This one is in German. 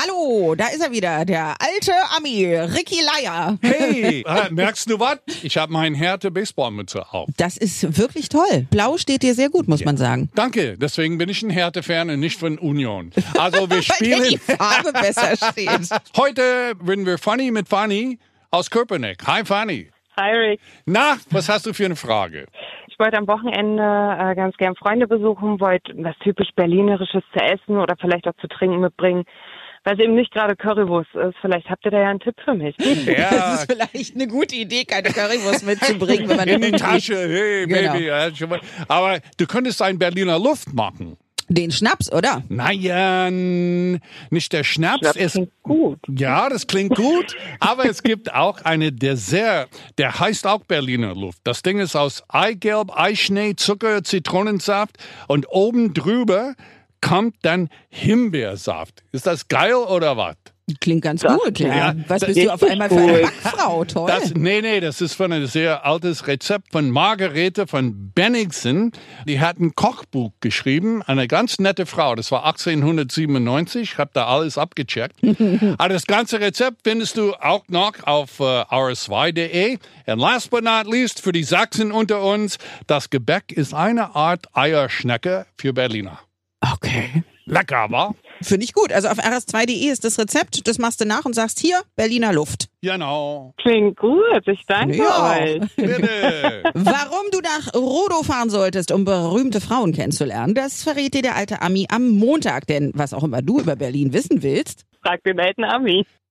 Hallo, da ist er wieder, der alte Ami, Ricky Leier. Hey, ah, merkst du was? Ich habe meine Härte Baseballmütze auf. Das ist wirklich toll. Blau steht dir sehr gut, muss man sagen. Danke, deswegen bin ich ein Härte-Fan und nicht von Union. Also Weil wir dir die spielen Farbe besser steht. heute, wenn wir Funny mit Funny aus Köpenick. Hi Funny. Hi Rick. Na, was hast du für eine Frage? Ich wollte am Wochenende äh, ganz gern Freunde besuchen, wollte was typisch Berlinerisches zu essen oder vielleicht auch zu trinken mitbringen, weil es eben nicht gerade Currywurst ist. Vielleicht habt ihr da ja einen Tipp für mich. Das Ja, ist vielleicht eine gute Idee, keine Currywurst mitzubringen, wenn man in die irgendwie- Tasche. Hey, Genau. Baby. ja, schon mal. Aber du könntest einen Berliner Luft machen. Den Schnaps, oder? Naja, nicht der Schnaps, Das es klingt gut. Ja, das klingt gut, aber es gibt auch eine Dessert, der heißt auch Berliner Luft. Das Ding ist aus Eigelb, Eischnee, Zucker, Zitronensaft und oben drüber kommt dann Himbeersaft. Ist das geil oder was? Klingt ganz gut, ja. ja, Was das bist du ist auf einmal für eine gut. Backfrau? Toll. Das, nee, nee, das ist von ein sehr altes Rezept von Margarete von Bennigsen. Die hat ein Kochbuch geschrieben, eine ganz nette Frau. Das war 1897, ich habe da alles abgecheckt. Aber das ganze Rezept findest du auch noch auf äh, rs2.de. E. And last but not least, für die Sachsen unter uns, das Gebäck ist eine Art Eierschnecke für Berliner. okay. Lecker, wa? Finde ich gut. Also auf rs2.de ist das Rezept. Das machst du nach und sagst hier Berliner Luft. Genau. Klingt gut. Ich danke Ja. euch. Bitte. Warum du nach Rodo fahren solltest, um berühmte Frauen kennenzulernen, das verrät dir der alte Ami am Montag. Denn was auch immer du über Berlin wissen willst, Frag den alten Ami.